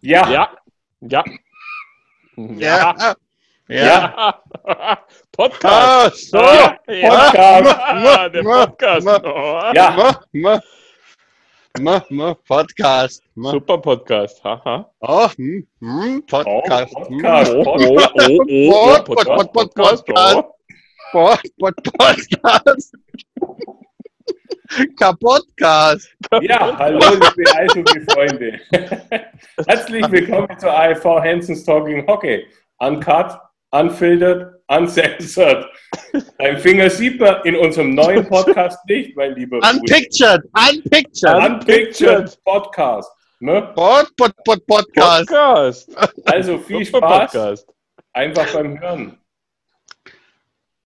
Ja. Ja. Ja. Ja. Ja. Ja. Podcast. Ah, so. Ja. Podcast. Ja. Der Podcast. Oh. Ja. Ma, ma, ma, ma, Podcast. Ma. Super Podcast. Haha. Oh, hm, hm, Oh, Podcast. Podcast. Podcast. Oh, oh, oh, oh. Ja, Pod- Podcast. Pod- Pod- Podcast. Podcast. Oh. Hm, Pod, Pod, Podcast. Kapottcast. Ja, hallo, liebe Eishockey-Freunde. Herzlich willkommen zu AIV Hansons Talking Hockey. Uncut, unfiltered, uncensored. Dein Finger sieht man in unserem neuen Podcast nicht, mein lieber Bruder. Unpictured. Unpictured. Unpictured Podcast. Ne? Pod, Pod, Pod, Podcast. Podcast. Also viel Super Spaß, Podcast. einfach beim Hören.